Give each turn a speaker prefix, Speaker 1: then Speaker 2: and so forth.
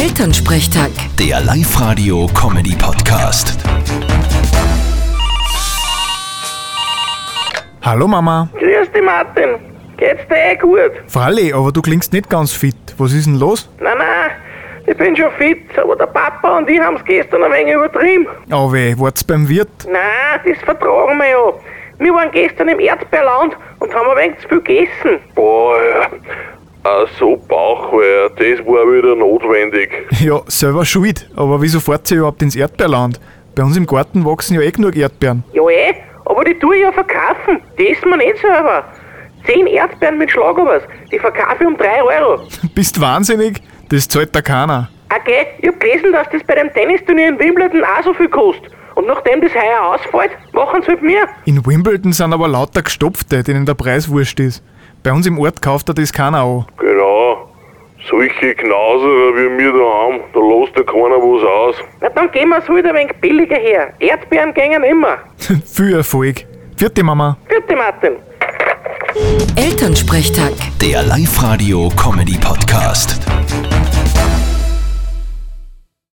Speaker 1: Elternsprechtag.
Speaker 2: Der Live-Radio-Comedy-Podcast.
Speaker 3: Hallo Mama.
Speaker 4: Grüß dich, Martin. Geht's dir eh gut?
Speaker 3: Fralli, aber du klingst nicht ganz fit. Was ist denn los?
Speaker 4: Nein, nein, ich bin schon fit, aber der Papa und ich haben's gestern ein wenig übertrieben.
Speaker 3: Oh weh, wart's beim Wirt?
Speaker 4: Nein, das vertragen wir ja. Wir waren gestern im Erdbeerland und haben ein wenig zu viel gegessen.
Speaker 5: Boah, ja. Ach so Bauchweh, das war wieder notwendig.
Speaker 3: Ja, selber schuld. Aber wieso fahrt ihr überhaupt ins Erdbeerland? Bei uns im Garten wachsen ja eh genug Erdbeeren.
Speaker 4: Ja, eh, aber die tue ich ja verkaufen. Die essen wir nicht selber. Zehn Erdbeeren mit Schlagobers, die verkaufe ich um drei Euro.
Speaker 3: Bist wahnsinnig? Das zahlt da keiner.
Speaker 4: Okay, ich hab gelesen, dass das bei dem Tennisturnier in Wimbledon auch so viel kostet. Und nachdem das heuer ausfällt, machen's mit mir.
Speaker 3: In Wimbledon sind aber lauter Gestopfte, denen der Preis wurscht ist. Bei uns im Ort kauft er das keiner an.
Speaker 5: Genau. Solche Knauserer wie wir da haben, da lässt ja keiner was aus.
Speaker 4: Na, dann gehen wir's halt ein wenig billiger her. Erdbeeren gängen immer.
Speaker 3: Viel Erfolg. Vierte Mama.
Speaker 4: Vierte Martin.
Speaker 1: Elternsprechtag.
Speaker 2: Der Live-Radio-Comedy-Podcast.